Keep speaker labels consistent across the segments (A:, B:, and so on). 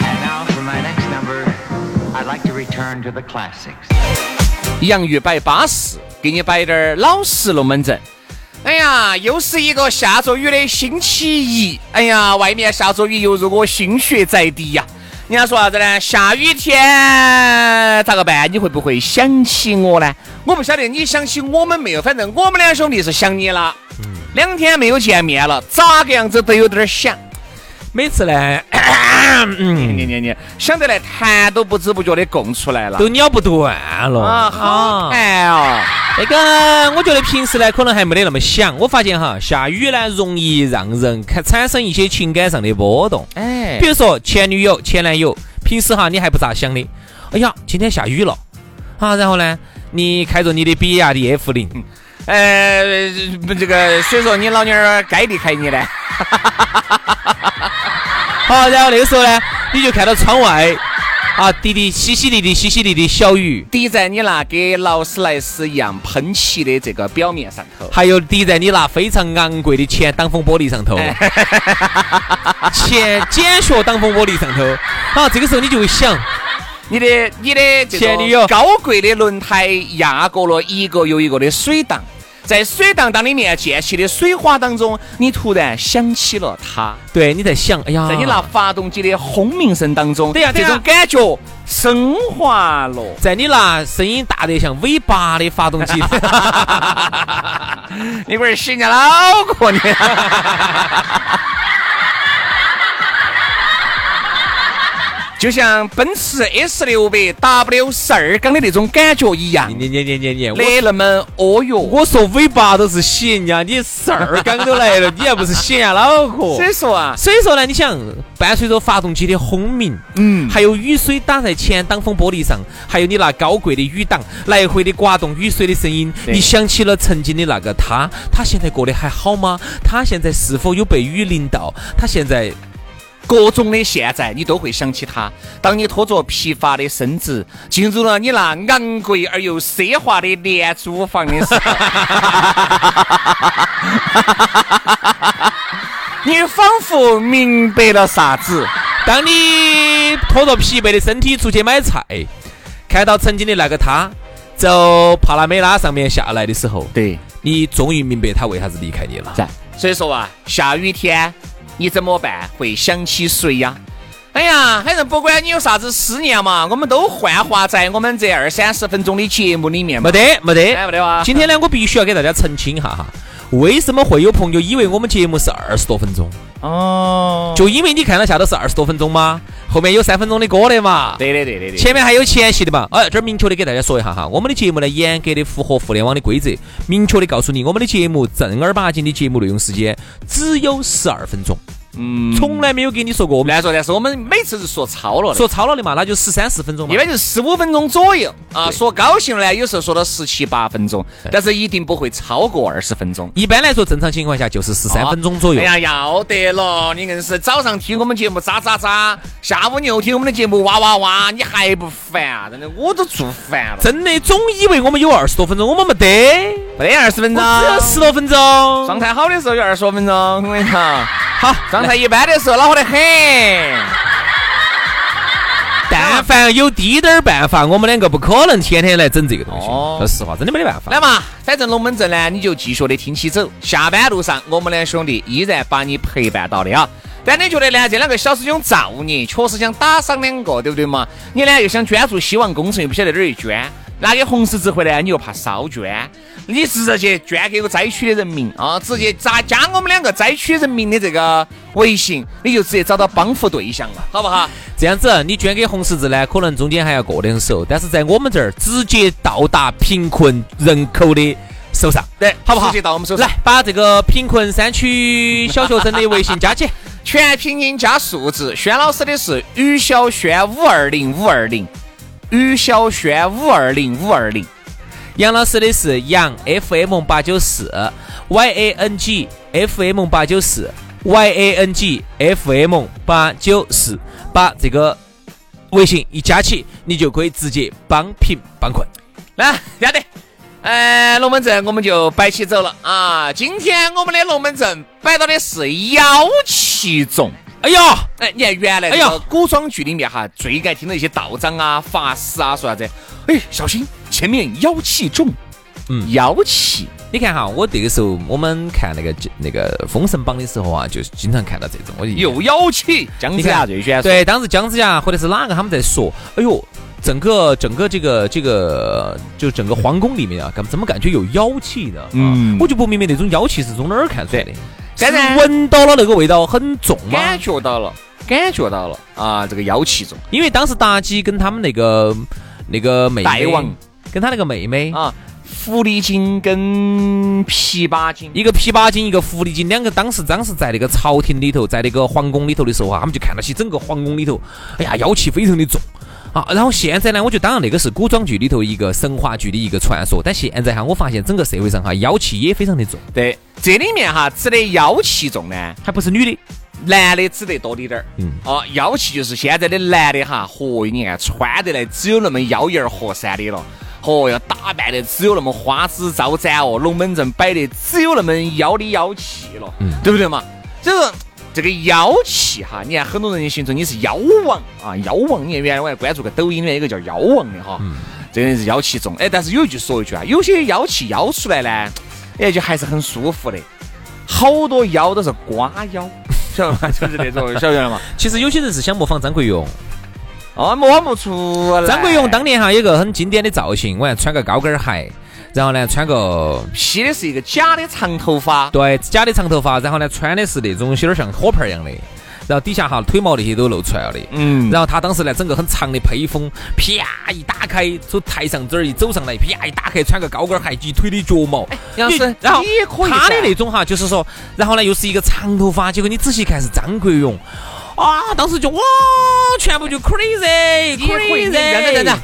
A: And now for my next number, I'd like to return to the classics.
B: 洋芋摆巴适，给你摆点儿老实龙门阵。哎呀，又是一个下着雨的星期一。哎呀，外面下着雨，犹如我心血在滴呀、人家说啥子呢？下雨天咋个办？你会不会想起我呢？我不晓得你想起我们没有，反正我们两兄弟是想你了。两天没有见面了，咋个样子都有点儿想。每次呢，嗯，你你你，想得来痰都不知不觉的供出来了，
C: 都咬不断了
B: 啊，好哎哦。
C: 那个，我觉得平时呢，可能还没得那么想。我发现哈，下雨呢，容易让人看产生一些情感上的波动。
B: 哎
C: 比如说前女友、前男友，平时哈你还不咋想的。哎呀，今天下雨了，啊，然后呢，你开着你的比亚迪 F 零，
B: 呃，不这个，所以说你老娘儿该离开你了。
C: 好，啊然后那个时候呢，你就看到窗外啊，滴滴淅淅沥沥、淅淅沥沥小雨，
B: 滴在你那跟劳斯莱斯一样喷漆的这个表面上头。
C: 还有滴在你那非常昂贵的前挡风玻璃上头，前减削挡风玻璃上头。好，这个时候你就会想，
B: 你的你的这
C: 前女
B: 个
C: 友
B: 高贵的轮胎压过了一个又一个的水荡，在水荡荡里面溅起的水花当中，你突然想起了他，
C: 对，你在想，哎呀，
B: 在你那发动机的轰鸣声当中，
C: 等一下
B: 这
C: 等
B: 种
C: 一
B: 感觉升华了。
C: 在你那声音大得像尾巴的发动机，
B: 你龟儿洗人家脑壳你！啊 就像奔驰 S 六百 W 十二缸的那种感觉一样，
C: 你你你你 你，我
B: 那那么哦哟。
C: 我说尾巴都是洗人家，你十二缸都来了，你还不是啊洗人家脑壳
B: 所？以说啊，
C: 所以说呢，你想伴随着发动机的轰鸣，嗯，还有雨水打在前挡风玻璃上，还有你那高贵的雨挡来回的刮动雨水的声音，
B: 对
C: 你想起了曾经的那个他，他现在过得还好吗？他现在是否有被雨淋到？他现在
B: 各种的现在你都会想起他。当你拖着疲乏的身子进入了你那昂贵而又奢华的廉租房的时 候，你仿佛明白了啥子。
C: 当你拖着疲惫的身体出去买菜，看到曾经的那个他走帕拉梅拉上面下来的时候，
B: 对，
C: 你终于明白他为啥子离开你了。
B: 所以说啊，下雨天你怎么办？会想起谁呀？哎呀，反正不管你有啥子思念嘛，我们都幻化在我们这二三十分钟的节目里面嘛
C: 没。得，没得，
B: 哎没得哇
C: 今天呢，我必须要给大家澄清一下哈，为什么会有朋友以为我们节目是二十多分钟？
B: 哦，
C: 就因为你看到下头是二十多分钟吗？后面有三分钟的歌的嘛？
B: 对的，对的，对的。
C: 前面还有前戏的嘛？哎，这儿明确的给大家说一下哈，我们的节目呢严格的符合互联网的规则，明确的告诉你，我们的节目正儿八经的节目内容时间只有十二分钟，嗯，从来没有给你说过我们
B: 乱说，但是我们每次是说超了的，
C: 说超了的嘛，那就十三四分钟嘛
B: 一。般就是十五分钟左右啊。说高兴呢，有时候说到十七八分钟，但是一定不会超过二十分钟。
C: 一般来说，正常情况下就是十三
B: 啊
C: 分钟左右
B: 哎。呀，要得了！你硬是早上听我们节目渣渣渣，下午又听我们的节目哇哇哇，你还不烦啊？真的，我都做烦了。
C: 真的总以为我们有二十多分钟，我们没得，
B: 没得二十分钟，
C: 我只有十多分钟。
B: 状态好的时候有二十多分钟，我跟 你讲，
C: 好，
B: 状态一般的时候恼火得很。
C: 但但凡有滴点儿办法，我们两个不可能天天来整这个东西。
B: 哦
C: 说实话，真的没得办法。
B: 来嘛，反正龙门阵呢，你就继续的听起走。下班路上，我们两兄弟依然把你陪伴到的啊。但你觉得呢？这两个小师兄造孽，确实想打赏两个，对不对嘛？你呢又想捐助希望工程，又不晓得哪儿去捐。拿给红十字会呢，你又怕烧捐，你直接捐给个灾区的人民啊！直接加加我们两个灾区人民的这个微信，你就直接找到帮扶对象了，好不好？
C: 这样子，你捐给红十字呢，可能中间还要过两手，但是在我们这儿直接到达贫困人口的手上，
B: 对
C: 好不好？
B: 直接到我们手上
C: 来，把这个贫困山区小学生的微信加起。
B: 全拼音加数字，轩老师的是于小轩五二零五二零，于小轩五二零五二零。
C: 杨老师的是杨 FM 八九四 Y A N G FM 八九四 Y A N G FM 八九四，把这个微信一加起，你就可以直接帮贫帮困。
B: 来，要得。呃，龙门阵我们就摆起走了啊！今天我们的龙门阵摆到的是妖气重。
C: 哎呀！
B: 哎，你看原来
C: 哎
B: 哎
C: 呀
B: 呀，古装剧里面哈，最爱听的一些道长啊、法师啊说啥子？哎，小心前面妖气重，
C: 嗯
B: 嗯，妖气。
C: 你看哈，我这个时候我们看那个那个《封神榜》的时候啊，就是经常看到这种，我就
B: 有妖气，姜
C: 你
B: 子牙
C: 看
B: 最喜欢说
C: 对，当时姜子牙或者是哪个他们在说，哎呦，整个整个这个这个就整个皇宫里面啊，感怎么感觉有妖气呢？嗯
B: 嗯，
C: 我就不明白那种妖气是从哪儿看出来的
B: 对。
C: 但
B: 当然
C: 是闻到了那个味道很重嘛，
B: 感觉到了，感觉到了啊，这个妖气重。
C: 因为当时妲己跟他们那个那个妹妹，
B: 大王
C: 跟他那个妹妹，
B: 啊，狐狸精跟琵琶精，
C: 一个琵琶精，一个狐狸精，两个当时当时在那个朝廷里头，在那个皇宫里头的时候啊，他们就看到起整个皇宫里头，哎呀，妖气非常的重啊。然后现在呢，我觉得当然那个是古装剧里头一个神话剧的一个传说，但现在哈，我发现整个社会上哈，妖气也非常的重，
B: 对，这里面哈指的妖气重呢，
C: 还不是女的。
B: 男的只得多滴点儿。
C: 嗯
B: 嗯，哦，妖气就是现在的男的哈，嚯，你看穿得来只有那么妖艳儿和善的了。嚯哟，打扮的只有那么花枝招展哦，龙门阵摆的只有那么妖里妖气了，
C: 嗯
B: 对不对嘛？所以说这个妖气哈，你看很多人形容你是妖王啊，妖王。你看原来我还关注个抖音里面有个叫妖王的哈，
C: 嗯
B: 这个人是妖气重。哎，但是有一句说一句啊，有些妖气妖出来呢，哎，就还是很舒服的。好多妖都是瓜妖，晓得吗？就是那 种，晓得吗？
C: 其实有些人是想模仿张国荣，
B: 哦，摸不出来。
C: 张国荣当年哈有个很经典的造型，我还穿个高跟儿鞋，然后呢穿个
B: 披的是一个假的长头发，
C: 对，假的长头发，然后呢穿的是那种有点像火盆儿一样的，然后底下哈腿毛那些都露出来了的。
B: 嗯，
C: 然后他当时呢整个很长的披风，啪一打开，从台上这儿一走上来，啪一打开，穿个高跟鞋，一腿的脚毛。
B: 杨老师
C: 你然后
B: 你也啊可以
C: 他的
B: 噻
C: 那种哈，就是说，然后呢又是一个长头发，结果你仔细看是张国荣。啊！当时就哇，全部就 crazy
B: 你也可以
C: crazy。
B: 你等等等等，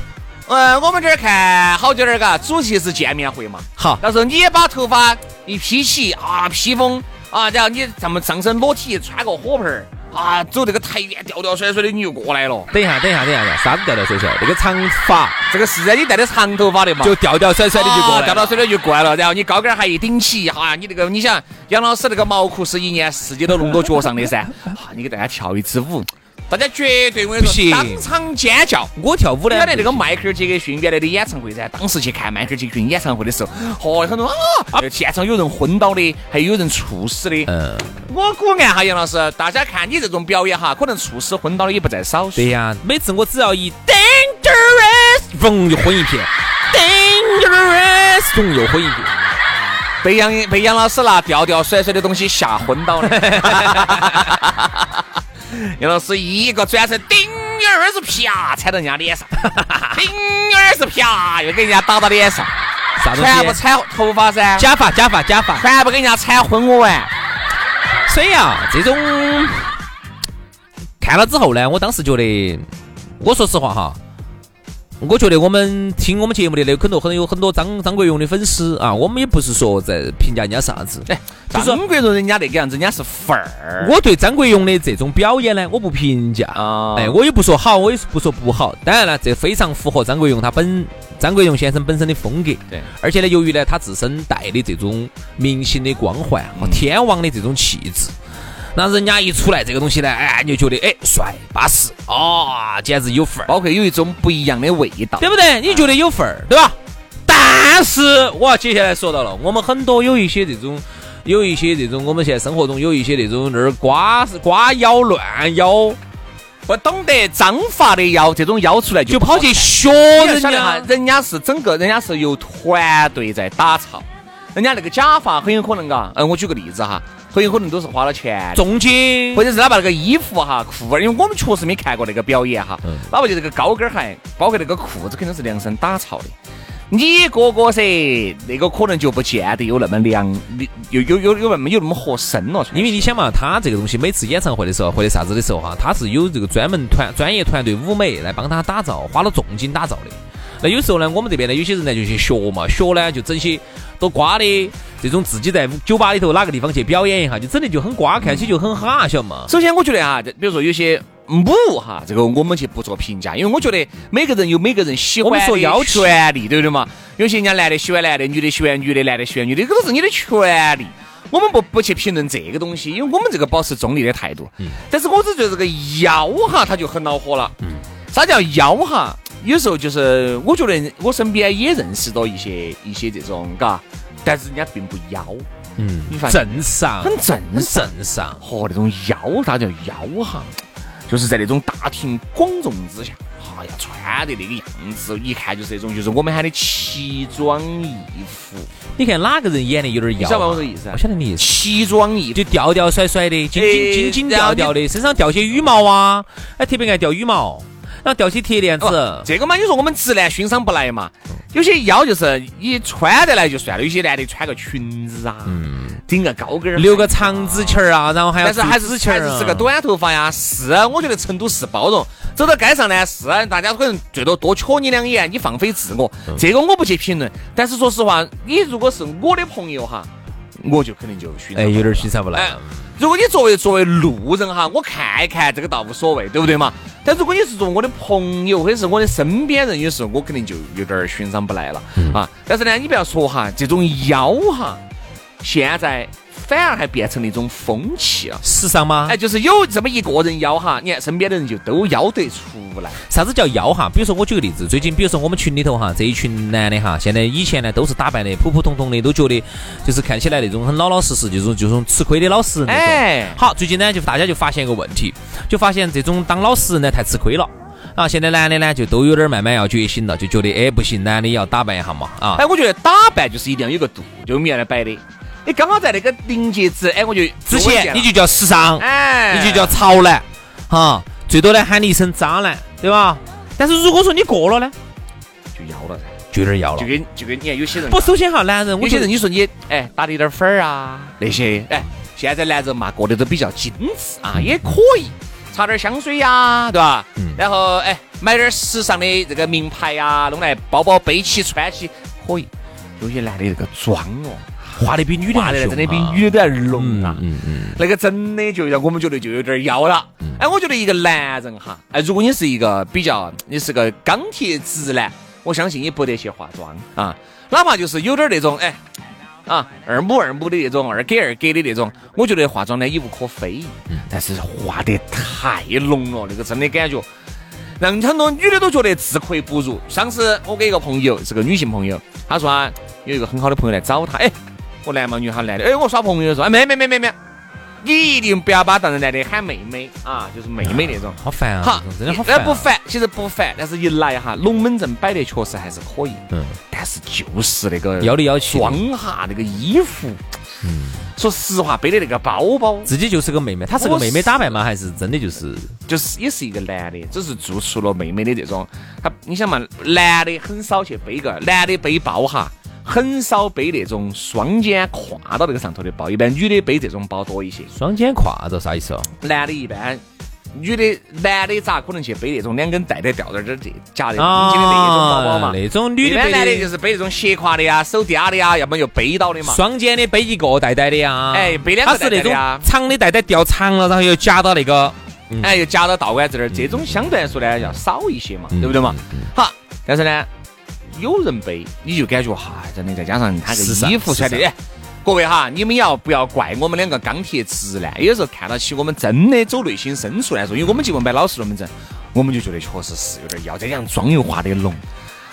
B: 呃，我们这儿看好久点儿嘎，主题是见面会嘛。
C: 好，
B: 到时候你也把头发一披起啊，披风啊，然后你咱们上身裸体，穿个火盆儿啊，走这个台面吊吊甩甩的，你就过来了。
C: 等一下，等一下，等一下，啥子掉掉甩甩？那个长发
B: 这个是噻，你戴的长头发的嘛？
C: 就掉掉甩甩的就过来了。
B: 啊掉到水里就过来了。然后你高跟儿还一顶起，哈，你这个你想杨老师那个毛裤是一年四季都弄到脚上 的噻，哈，你给大家跳一支舞，大家绝对我跟你
C: 不行
B: 说，当场尖叫。
C: 我跳舞呢
B: 晓，得那个迈克尔·杰克逊原来的演唱会噻，当时去看迈克尔·杰克逊演唱会的时候，
C: 嗯
B: 嚯，很多啊，现场有人昏倒的，还有人猝死的。
C: 嗯，
B: 我估按哈，杨老师，大家看你这种表演哈，可能猝死昏倒的也不在少数
C: 对。呀、每次我只要一 dangerous，嘣就昏一片，dangerous，嘣又昏一片。
B: 被杨被杨老师拿吊吊甩甩的东西吓昏倒 了。杨老师一个转身，顶一耳是啪踩到人家脸上，顶一耳是啪又给人家打到脸上，
C: 啥东
B: 全部
C: 西？
B: 踩头发噻，
C: 假发，假发，假发。
B: 全部给人家踩昏我哎完。
C: 所以啊，这种看了之后呢，我当时觉得，我说实话哈，我觉得我们听我们节目的那很多很有很多张张国荣的粉丝啊，我们也不是说在评价人家啥子，
B: 哎，
C: 就
B: 中
C: 是
B: 国人人家那个样子，人家是范儿。
C: 我对张国荣的这种表演呢，我不评价
B: 啊
C: 哎，我也不说好，我也不说不好。当然了，这非常符合张国荣他本张国荣先生本身的风格。
B: 对，
C: 而且呢，由于啊呢他自身带的这种明星的光环和天王的这种气质，让人家一出来这个东西呢，哎，你就觉得哎帅巴适啊，简直有范儿，
B: 包括有一种不一样的味道。
C: 对不对？你觉得有范儿，对吧？但是我要接下来说到了，我们很多有一些这种。有一些这种，我们现在生活中有一些那种那儿瓜瓜腰乱腰，
B: 不懂得章法的妖，这种妖出来就
C: 就
B: 不
C: 跑
B: 好
C: 去
B: 看
C: 学
B: 你要
C: 哦人
B: 晓得哈
C: 家，，
B: 人家是整个人家是由团队在打造，人家那个假发很有可能嘎，嗯，我举个例子哈，很有可能都是花了钱的。
C: 重金
B: 或者是哪怕那个衣服哈、裤儿，因为我们确实没看过那个表演哈，
C: 嗯
B: 哪怕就这个高跟儿鞋，包括那个裤子，肯定是量身打造的。你哥哥噻，那个可能就不见得有那么量，有有有有那么有那么合身了。
C: 因为你想嘛，他这个东西每次演唱会的时候或者啥子的时候哈，他是有这个专门团专业团队舞美来帮他打造，花了重金打造的。那有时候呢，我们这边呢，有些人呢就去学嘛，学呢就整些都瓜的这种自己在酒吧里头哪个地方去表演一下，就整的就很瓜，看起就很哈，晓得嘛？
B: 首先，我觉得哈，这比如说有些舞哈，这个我们去不做评价，因为我觉得每个人有每个人喜欢
C: 我们说要求
B: 权利，对不对嘛？有些人家男的喜欢男的，女的喜欢女的，男的喜欢女的，这个都是你的权利。我们不不去评论这个东西，因为我们这个保持中立的态度。但是我只觉得这个妖哈，它就很恼火了。啥叫妖哈？有时候就是，我觉得我身边也认识到一些一些这种，嘎，但是人家并不妖，
C: 嗯
B: 你发现
C: 正常，
B: 很正常。
C: 很正常。
B: 和那哦种妖，啥叫妖哈？就是在那种大庭广众之下，哎呀，穿的那个样子，一看就是那种，就是我们喊的奇装异服，
C: 你看哪个人演的有点
B: 你
C: 妖
B: 晓得吧？我
C: 啊？
B: 这个意思啊
C: 我，晓得你的意思。
B: 奇装异服
C: 就。吊吊甩甩的，精精
B: 哎
C: 精精吊吊的，身上掉些羽毛啊，哎，特别爱掉羽毛，然后掉些铁链子
B: 哦，这个嘛，你说我们直男欣赏不来嘛？有些妖就是你穿得来就算了，有些男的穿个裙子啊，顶个高跟儿，
C: 留个长指甲儿啊，然后还要
B: 但是还
C: 竖
B: 是
C: 指甲
B: 还
C: 儿
B: 是
C: 啊
B: 是个。短头发呀，是，啊我觉得成都是包容。走到街上呢，是啊大家可能最多多瞧你两眼，你放飞自我，
C: 嗯
B: 这个我不去评论。但是说实话，你如果是我的朋友哈，我就肯定就寻。
C: 哎，有点欣赏不来
B: 哎。，如果你作为作为路人哈，我看一看这个倒无所谓，对不对嘛？但如果你是做我的朋友或者是我的身边人，有时候我肯定就有点儿欣赏不来了、
C: 嗯
B: 啊。但是呢，你不要说哈，这种妖哈，现在反而还变成了一种风气啊了。
C: 时尚吗
B: 哎，？就是有这么一个人妖哈，你看身边的人就都妖得出来。
C: 啥子叫妖哈？比如说我举个例子，最近比如说我们群里头哈，这一群男的哈，现在以前呢都是打扮的普普通通的，都觉得就是看起来那种很老老实实，就是就是吃亏的老实人那种。
B: 哎，
C: 好，最近呢，就大家就发现一个问题，就发现这种当老实人呢太吃亏了。啊，现在男的呢就都有点儿慢慢要觉醒了，就觉得哎不行，男的要打扮一下嘛啊。
B: 哎，我觉得打扮就是一定要有个度，就我们原来摆的。你刚好在那个临界值，哎，我就
C: 之
B: 就稳健
C: 前
B: 了
C: 你就叫时尚，
B: 哎，
C: 你就叫潮男，哈，最多呢喊你一声渣男，对吧？但是如果说你过了呢，
B: 就妖了噻，
C: 就有点要了
B: 就。跟就跟你看有些人
C: 哦不，首先哈，男人，我
B: 有些
C: 觉得
B: 人你说你哎打的有点粉儿啊那些，哎，现在男人嘛过得都比较精致
C: 嗯
B: 啊，也可以。擦点香水呀、对吧？然后哎，买点时尚的这个名牌呀、啊弄来包包背起穿起，可以。有些男的这个妆 哦，
C: 画的比女的
B: 哇，
C: 还
B: 那
C: 凶
B: 个真的比
C: 哈
B: 女的都要浓啊！
C: 嗯嗯
B: 那个真的就让我们觉得就有点妖了。哎，我觉得一个男人哈，哎，如果你是一个比较，你是个钢铁直男，我相信你不得去化妆啊，哪怕就是有点那种哎。啊，二母二母的那种，二给二给的那种，我觉得化妆呢也无可非议，但是化得太浓了，那个真的感觉让很多女的都觉得自愧不如。上次我给一个朋友，是个女性朋友，她说啊，有一个很好的朋友来找她，哎，我男嘛女好男的，哎，我耍朋友说，哎，没没没没没，你一定不要把当成男的喊妹妹啊，就是妹妹那种。
C: 好烦啊，
B: 好
C: 这种真的好
B: 哎
C: 烦啊。
B: 不烦，其实不烦，但是一来哈，龙门阵摆得确实还是可以，
C: 嗯，
B: 但是就是那个
C: 妖里妖气的
B: 装哈那个衣服，
C: 嗯
B: 说实话背的那个包包，
C: 自己就是个妹妹，她是个妹妹打扮吗？还是真的就是？
B: 就是也是一个男的，只是做出了妹妹的这种，他你想嘛，男的很少去背个，男的背包哈，很少背那种双肩挎到那个上头的包，一般女的背这种包多一些，
C: 双肩挎着啥意思哦？
B: 男的一般。女的、男的咋可能去背那种两根带带吊带儿这儿这夹得
C: 啊，
B: 很紧的那种包包嘛？
C: 那种女
B: 一
C: 的
B: 般男的
C: 背
B: 就
C: 的，
B: 是背那种斜挎的呀、手嗲的呀，要么就背到的嘛。
C: 双肩的背一个带带的呀，
B: 哎背两个
C: 她是
B: 带
C: 那
B: 带的
C: 种
B: 呀
C: 长的带带掉长了，然后又夹到那个，
B: 哎，又夹到倒杆子那儿，这种相对来说
C: 嗯
B: 呢要少一些嘛，对不对嘛？好，但是呢，有人背，你就感觉哈，真的再加上他
C: 时尚
B: 个衣服穿的，
C: 时尚
B: 哎各位哈，你们也要不要怪我们两个钢铁直男？有时候看到起我们真的走内心深处来说，因为我们基本摆老实龙门阵，我们就觉得确实是有点要再这样妆又化得浓，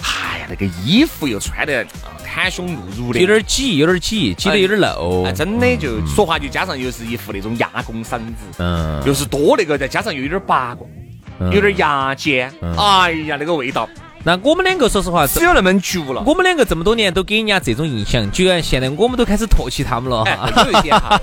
B: 哎呀，那个衣服又穿得啊袒胸露乳的，
C: 有点挤，有点挤，挤得有点漏
B: 啊，。真的就说话就加上又是一副那种牙弓嗓子，
C: 嗯，
B: 又是多那个，再加上又有点八卦，有点牙尖，哎呀，那个味道
C: 那我们两个说实话，
B: 只有那么绝了。
C: 我们两个这么多年都给人家这种印象，居然现在我们都开始唾弃他们了
B: 哎
C: 哈，，
B: 有一点哈，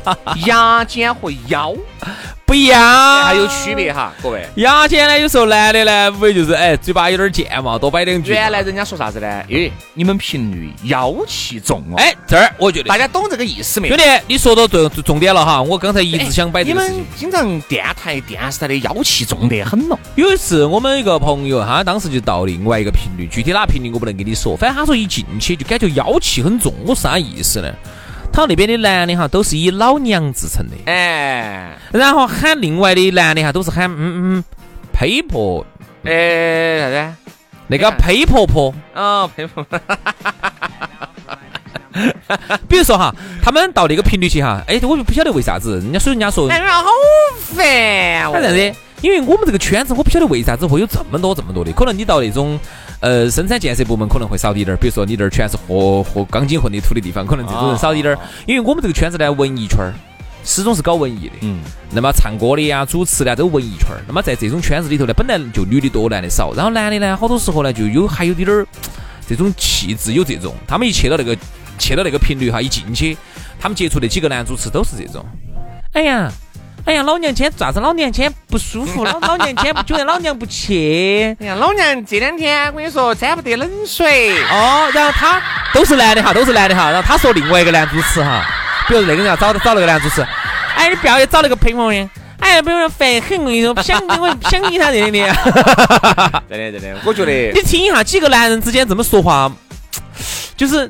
B: 牙尖和腰哎
C: 不一样，
B: 还有区。别哈，各位。
C: 牙尖呢，有时候男的呢，无非就是哎，嘴巴有点贱嘛，多摆两句。
B: 原来人家说啥子呢？哎，你们频率妖气重哦。哎，
C: 哎，这儿我觉得
B: 大，家懂这个意思没有
C: 兄？弟，你说到重重点了哈，我刚才一
B: 哎
C: 直想摆这
B: 你
C: 个事情
B: 们。经常电台、电视台的妖气重得很哦。
C: 有一次，我们一个朋友，他当时就到另外一个频率，具体哪频率我不能跟你说，反正他说一进去就感觉妖气很重，我啥意思呢？他那边的男的哈都是以老娘自称的，
B: 哎，
C: 然后喊另外的男的哈都是喊嗯嗯呸婆，
B: 哎，啥子？
C: 那个
B: 哎
C: 呸婆婆。
B: 哦，佩服。
C: 比如说哈，他们到那个频率去哈，哎，我就不晓得为啥子，人家所以人家说，
B: 哎，好烦哦。
C: 反正的，因为我们这个圈子，我不晓得为啥子会有这么多这么多的。可能你到那种呃生产建设部门可能会少一点儿，比如说你这儿全是和和钢筋混凝土的地方，可能这种人少一点儿。因为我们这个圈子呢，文艺圈儿始终是搞文艺的，
B: 嗯，
C: 那么唱歌的呀、主持的呀都文艺圈儿。那么在这种圈子里头呢，本来就女的多，男的少，然后男的呢，好多时候呢就有还有点儿这种气质，有这种。他们一去到那个去到那个频率哈，一进去，他们接触的几个男主持都是这种。哎呀，哎呀，老娘今天咋子？老娘今天不舒服，老 老娘今天不觉得老娘不去。
B: 哎呀，老娘这两天我跟你说沾不得冷水。
C: 哦，然后他都是男的哈，都是男的哈。然后他说另外一个男主持哈，比如那个人要找找那个男主持，哎，你不要找那个配蒙人，哎呀，配蒙人烦很，我跟你说，不想跟我不想理他这的的。
B: 真的真的，我觉得
C: 你听一下，几个男人之间这么说话，就是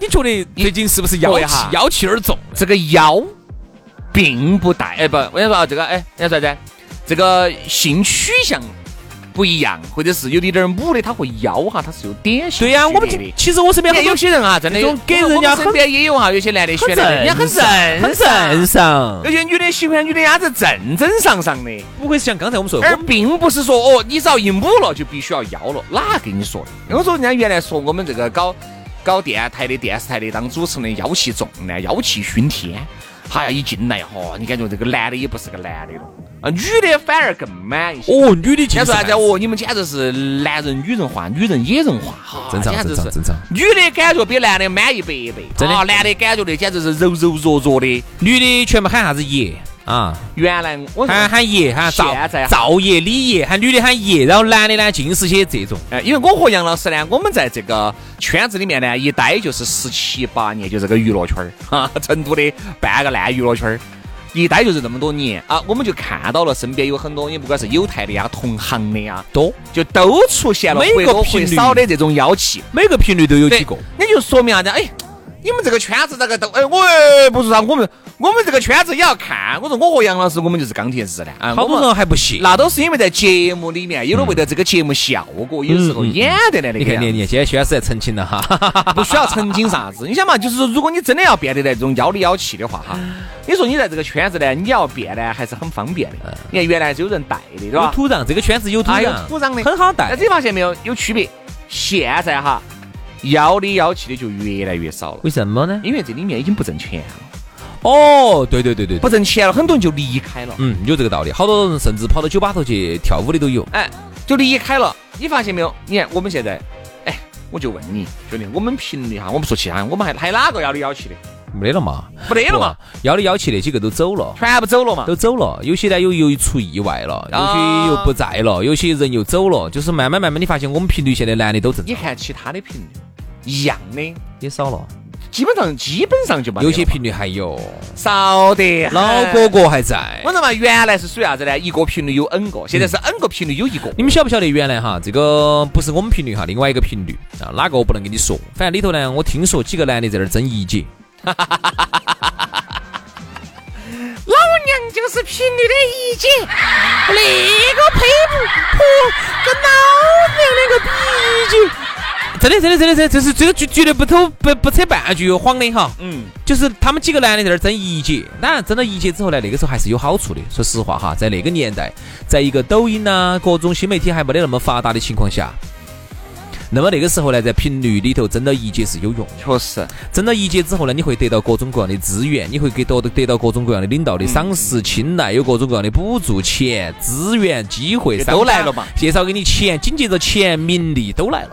C: 你觉得最近是不是妖
B: 各位
C: 气
B: 哈
C: 妖气有点重？
B: 这个妖并不代，哎不，我跟你说啊，这个哎，你说啥子？这个性取向不一样，或者是有点点母的，它和妖哈，它是有点性
C: 对呀、我们
B: 区
C: 就
B: 别的
C: 其实我身边
B: 你看
C: 很多
B: 有些人啊，真的有
C: 这种给人家
B: 我们身边也有哈，有些男的喜欢的，人家很正，
C: 很正常
B: 有，些女的喜欢女的鸭子正正常常的，
C: 不会像刚才我们说，
B: 而
C: 我们
B: 并不是说哦，你只要一母了就必须要妖了，哪跟你说的？我说人家原来说我们这个搞搞电台的、电视台的当主持人的妖气重呢，妖气熏天。哎呀，一进来哈、你感觉这个男的也不是个男的了，啊，女的反而更满一些。
C: 哦，女的
B: 人
C: 竟
B: 家
C: 是
B: 说啥子？哦，你们简直是男人女人化，女人野人化，哈、
C: 正常
B: 简直
C: 正常
B: 是
C: 正常
B: 女的感觉比男的满一百倍，
C: 真的
B: 啊，男的感觉的简直是柔柔弱弱的。
C: 女的全部喊啥子爷啊？
B: 原来我说
C: 喊喊爷，喊赵
B: 现在哈
C: 赵爷、李爷，喊女的喊爷，然后男的呢尽是些这种。
B: 哎，因为我和杨老师呢，我们在这个圈子里面呢，一待就是十七八年，就这个娱乐圈儿 哈，成都的半个烂娱乐圈儿，一待就是这么多年啊，我们就看到了身边有很多，你不管是有台的呀、同行的呀，
C: 多，
B: 就都出现了
C: 每个
B: 或多或
C: 频率
B: 少的这种妖气。
C: 每个频率都有几个。
B: 那就说明啥子？哎，你们这个圈子这个都哎，我哎不是啥，我们我们这个圈子也要看。我说我和杨老师，我们就是钢铁直男啊，
C: 好
B: 我
C: 多
B: 们
C: 人还不信。
B: 那都是因为在节目里面，有的为了这个节目效果，有时候演得来那
C: 你
B: 个
C: 看，
B: 样
C: 你看，你看，今天薛老师在澄清了哈。
B: 不需要澄清啥子。你想嘛，就是说，如果你真的要变得那种妖里妖气的话，哈，你说你在这个圈子呢，你要变呢，还是很方便的。你看原来嗯是有人带的，对
C: 有
B: 吧？
C: 土壤，这个圈子有土
B: 啊，有
C: 壤，
B: 土壤的，
C: 很好带
B: 但是。你发现没有，有区别。现在哈，妖里妖气的就越来越少了，
C: 为什么呢？
B: 因为这里面已经不挣钱了，
C: 哦，对对对对，
B: 不挣钱了，很多人就离开了。
C: 嗯，有这个道理。好多人甚至跑到酒吧头去跳舞的都有。
B: 哎，就离开了。你发现没有？你看我们现在，哎，我就问你，兄弟，我们频率哈，我不说其他，我们还还哪个要里要气的？
C: 没得了嘛，
B: 没得了嘛，
C: 不？妖里妖气那几个都走了。
B: 全部走了嘛。
C: 都走了，有些呢又又出意外了，有
B: 啊
C: 些又不在了，有些人又走了，就是慢慢慢慢，你发现我们频率现在男的都正
B: 你
C: 常
B: 看其他的频率一样的，
C: 也少了，
B: 基本上基本上就没得了
C: 有些频率还有，
B: 少得很
C: 老哥。哥还在
B: 我。说嘛，原来是属于啥子呢？一个频率有 N 个，现在是 N 个频率有一个。
C: 你们晓不晓得原来哈，这个不是我们频率哈，另外一个频率啊，哪个我不能跟你说，反正里头呢，我听说几个男的在那儿争 一姐，
B: 老娘就是频率的一姐，那个配不婆跟老娘那个比一姐，
C: 真的真的真的真的，这是这个绝绝对不偷不不扯半句谎的哈。
B: 嗯，
C: 就是他们几个男的在那儿争一节，当然争到一节之后呢，那个时候还是有好处的。说实话哈，在那个年代，在一个抖音呐、各种新媒体还没得那么发达的情况下，那么那个时候呢，在频率里头争到一节是有用的。
B: 确实，
C: 争到一节之后呢，你会得到各种各样的资源，你会给得得到各种各样的领
B: 嗯
C: 导的赏识、青睐，有各种各样的补助、钱、资源、机会，
B: 就都来了嘛
C: 商家介绍给你钱，紧接着钱、名利都来了。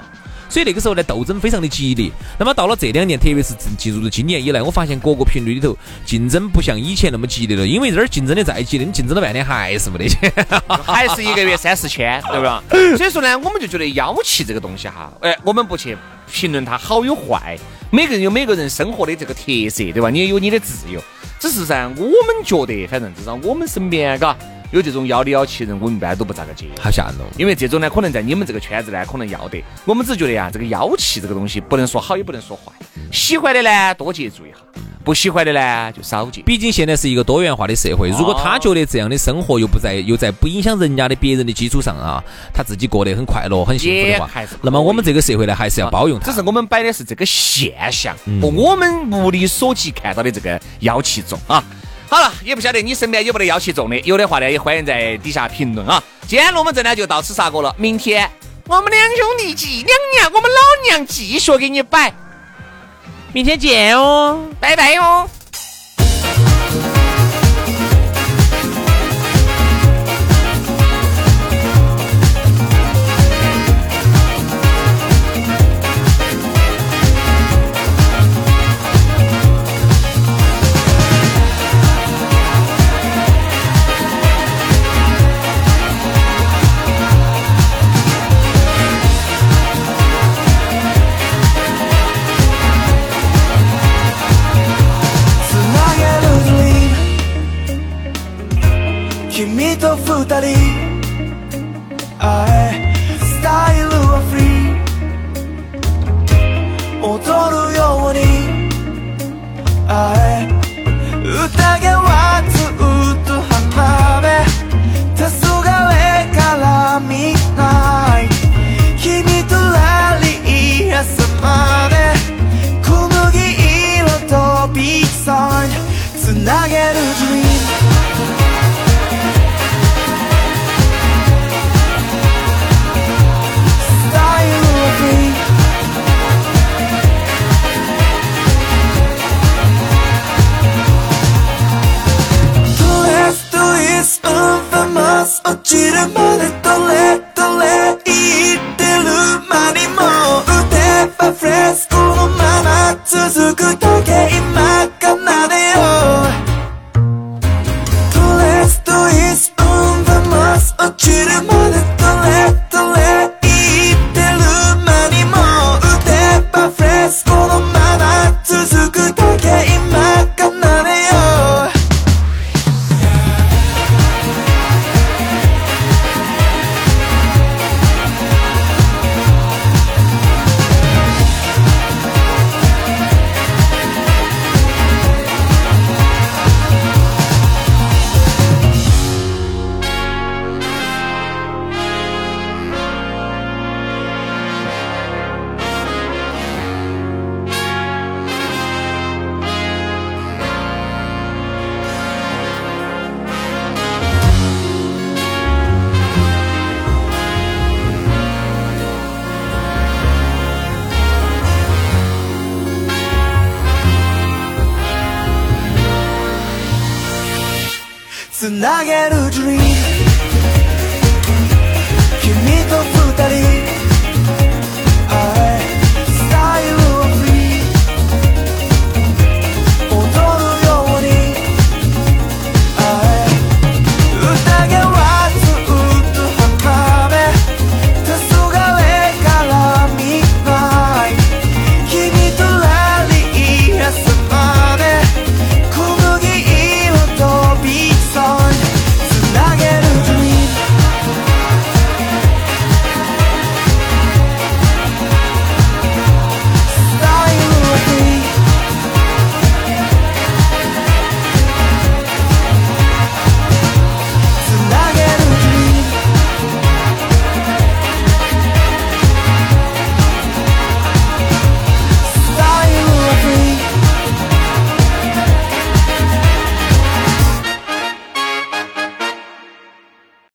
C: 所以那个时候呢，斗争非常的激烈。那么到了这两年，特别是进入了今年以来，我发现各个频率里头竞争不像以前那么激烈了，因为这儿竞争的再激烈，你竞争了半天还是没得钱。
B: 还是一个月三四千，对吧？所以说呢，我们就觉得妖气这个东西哈，哎，我们不去评论它好与坏，每个人有每个人生活的这个特色，对吧？你也有你的自由，只是噻，我们觉得，反正至少我们身边，嘎，有这种妖里妖气人，我们一般都不咋个接。
C: 好吓人哦！
B: 因为这种呢，可能在你们这个圈子呢，可能要得。我们只觉得呀，这个妖气这个东西，不能说好，也不能说坏。喜欢的呢，多接触一下；不喜欢的呢，就少接。
C: 毕竟现在是一个多元化的社会，如果他觉得这样的生活又不在又在不影响人家的别人的基础上啊，他自己过得很快乐、很幸福的
B: 也还
C: 话
B: 是可以，
C: 那么我们这个社会呢，还是要包容他
B: 只。是我们摆的是这个现象，和我们目力所及看到的这个妖气重啊。好了，也不晓得你身边有没得妖气重的，有的话呢，也欢迎在底下评论啊。今天龙门阵呢就到此杀过了，明天我们两兄弟继两娘，我们老娘继续给你摆，
C: 明天见哦。
B: 拜拜哟、哦。
D: つなげるドリーム君と二人会えスタイルはフリー踊るように会え宴はずっと浜辺黄昏からみんな君とラリー朝まで小麦色とビーサイつなげる dream スタイルはフリーとレストイスウンフマス落ちるまでどれどれ言ってる間にもう腕はフレスコのまま続くだけ今奏でよトレストイスウンフマス落ちるまでどれどれ言ってる間にもう腕はフレスコのまま続くだけ今奏でよつなげる dream 君と二人